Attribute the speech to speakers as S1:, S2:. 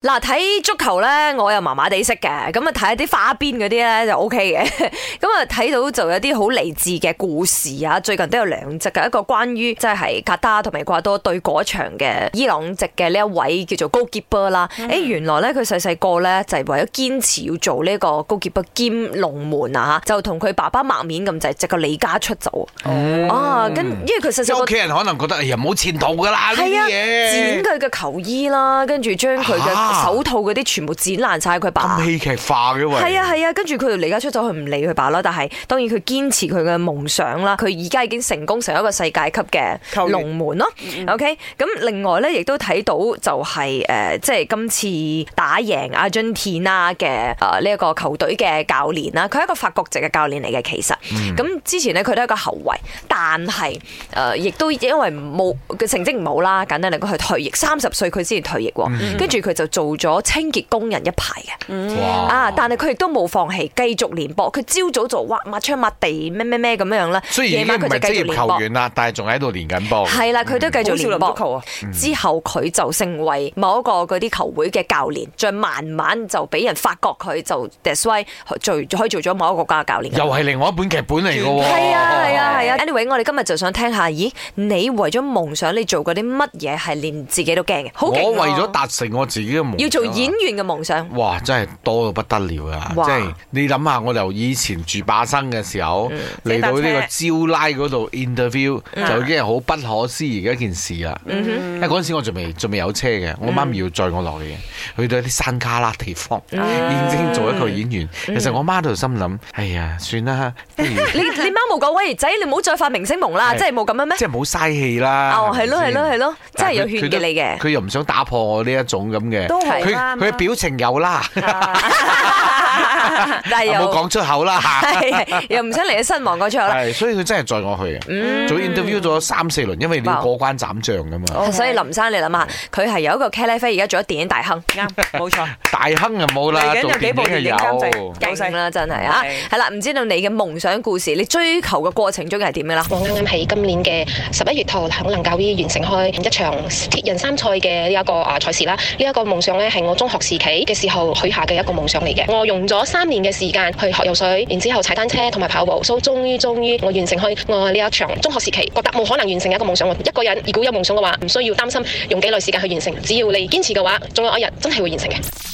S1: 嗱，睇足球咧，我又麻麻地識嘅，咁啊睇一啲花邊嗰啲咧就 O K 嘅， 咁啊睇到就有啲好勵志嘅故事啊，最近都有兩則嘅，一個關於即係卡塔同埋瓜多對嗰場嘅伊朗籍嘅呢一位叫做高傑波啦，誒、原來咧佢細細個咧就係為咗堅持要做呢個高傑波兼龍門啊吓，就同佢爸爸抹面咁就直個離家出走，啊，跟因為佢細
S2: 即係
S1: 細
S2: 屋
S1: 個
S2: 企。人可能覺得哎呀冇前途噶啦呢
S1: 係
S2: 啲
S1: 啊，
S2: 嘢
S1: 剪，佢嘅球衣啦，跟住將佢嘅
S2: 啊
S1: 手套嗰啲全部剪爛晒佢爸
S2: 咁。戲劇化嘅喎。
S1: 係啊係啊，跟住佢就離家出走，佢唔理佢爸啦。但係當然佢堅持佢嘅夢想啦。佢而家已經成功成為一個世界級嘅
S3: 球員
S1: 龍門咯。OK，咁另外咧，亦都睇到就係、呃即係今次打贏阿根廷啦嘅誒呢一個球隊嘅教練啦，佢係一個法國籍嘅教練嚟嘅，其實咁、之前咧佢都係一個後衞，但係誒、呃亦都因為冇嘅成績唔好啦，簡單嚟講佢退役，三十歲佢先至退役喎，跟住佢就做咗清潔工人一排嘅。啊！但係佢亦都冇放棄，繼續練波。佢朝早就挖抹窗抹地咩咩咩咁樣啦，
S2: 雖然已
S1: 夜
S2: 經
S1: 晚
S2: 唔
S1: 佢就
S2: 係
S1: 繼續
S2: 職業
S1: 練波
S2: 球。員嗯啦，但係仲喺度練緊波。
S1: 係啊啦，佢都繼
S3: 好
S1: 續
S3: 少
S1: 練
S3: 林足球
S1: 波。
S3: 啊！
S2: 嗯
S1: 之後佢就成為某一個嗰啲球會嘅教練，再慢慢就俾人發覺佢就 that's why 做可以做咗某一個國家嘅教練。
S2: 又係另外一本劇本嚟嘅喎。
S1: 係啊係啊係啊！Anyway，我哋今日就想聽下，咦，你為咗夢想你做過啲乜嘢係連自己都驚嘅？好勁
S2: 我
S1: 喎
S2: 為咗達成我自己嘅夢想，
S1: 要做演員嘅夢想，
S2: 哇！真係多到不得了啊！即
S1: 哇
S2: 係你諗下，我由以前住霸生嘅時候
S1: 嗯
S2: 嚟到呢個招拉嗰度 interview，就已經係好不可思議嘅一件事啦。
S1: 嗯
S2: 因為嗰陣時我仲未仲未有車嘅，我媽咪要載我落嚟嘅，去到一啲山卡拉地方，
S1: 嗯
S2: 應徵做一個演員。其實我媽喺度心諗：哎呀，算啦，不如
S1: 你你媽冇講，喂仔，你唔好再發明星夢啦，
S2: 係
S1: 即係冇咁樣咩？
S2: 啊即係冇嘥氣啦。
S1: 哦，
S2: 咪
S1: 係咯，係
S2: 先
S1: 咯，係咯，真係有
S2: 但係佢
S1: 勸嘅你
S2: 佢
S1: 嘅
S2: 都。佢又唔想打破我呢一種咁嘅，
S3: 都好
S2: 佢
S3: 啱
S1: 啊
S2: 佢嘅表情有啦，
S1: 但係
S2: 啊 冇
S1: 又
S2: 講出 口啦嚇。
S1: 係又唔想嚟你失望嗰出啦，嗯
S2: 係，所以佢真係載我去嘅，做 interview 咗三四輪，因為你要過關斬將噶嘛。
S3: OK
S1: 哦所以林生你諗下，佢係有一個茄喱啡，而家做咗電影大亨，
S3: 啱，冇錯，
S2: 大亨就冇啦，
S3: 嚟緊
S2: 做
S3: 有幾部
S2: 電
S3: 電
S2: 影
S3: 影監製
S2: 係有。
S3: 夠
S1: 勁
S3: 曬
S1: 啦，真係啊！
S3: 係
S1: 係啦，唔知道你嘅夢想故事，你追求嘅過程中係點嘅啦？
S4: 我啱啱喺今年嘅十一月頭響能教會完成開一場鐵人三賽嘅呢一個啊賽事啦。呢、一個夢想咧係我中學時期嘅時候許下嘅一個夢想嚟嘅。我用咗三年嘅時間去學游水，然之後踩單車同埋跑步，所以終於終於我完成開我呢一場中學時期覺得冇可能完成嘅一個夢想。我一個人如果有夢想嘅話，唔需要擔心用幾耐時間去完成，只要你堅持嘅話，總有一日真係會完成嘅。